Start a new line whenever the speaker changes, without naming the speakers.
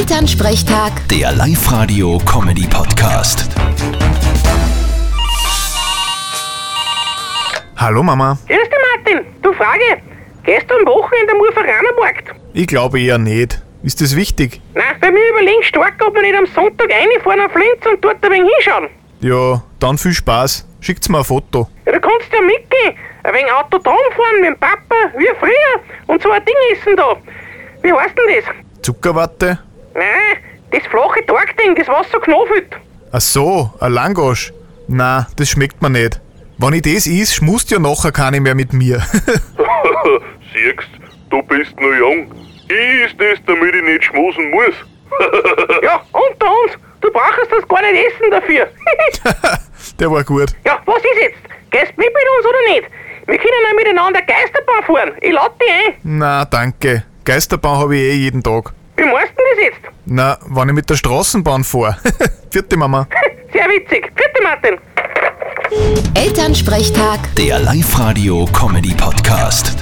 Elternsprechtag,
Der Live-Radio-Comedy-Podcast.
Hallo Mama.
Grüß dich, Martin. Du Frage. Gestern Wochenende am Urferaner Markt.
Ich glaube eher nicht. Ist das wichtig?
Na, bei mir überlegen stark, ob wir nicht am Sonntag reinfahren auf Linz und dort ein wenig hinschauen.
Ja, dann viel Spaß. Schickt's mir ein Foto.
Ja, du kannst ja mitgehen. Ein wenig Autodrom fahren mit dem Papa, wie früher. Und so ein Ding essen da. Wie heißt denn das?
Zuckerwatte?
Nein, das flache Torgding, das was so knuffelt.
Ach so, ein Langosch. Na, das schmeckt mir nicht. Wenn ich das is, schmust ja nachher keine mehr mit mir.
Siehst, du bist noch jung. Ich ist das, damit ich nicht schmusen muss.
Ja, unter uns. Du brauchst das gar nicht essen dafür.
Der war gut.
ja, was ist jetzt? Gehst mit mit uns oder nicht? Wir können ja miteinander Geisterbahn fahren. Ich lade dich ein.
Na, danke. Geisterbahn habe ich eh jeden Tag.
Wie meinst du denn das jetzt?
Na, wenn ich mit der Straßenbahn fahr. Vierte Mama.
Sehr witzig. Vierte Martin.
Elternsprechtag.
Der Live-Radio-Comedy-Podcast.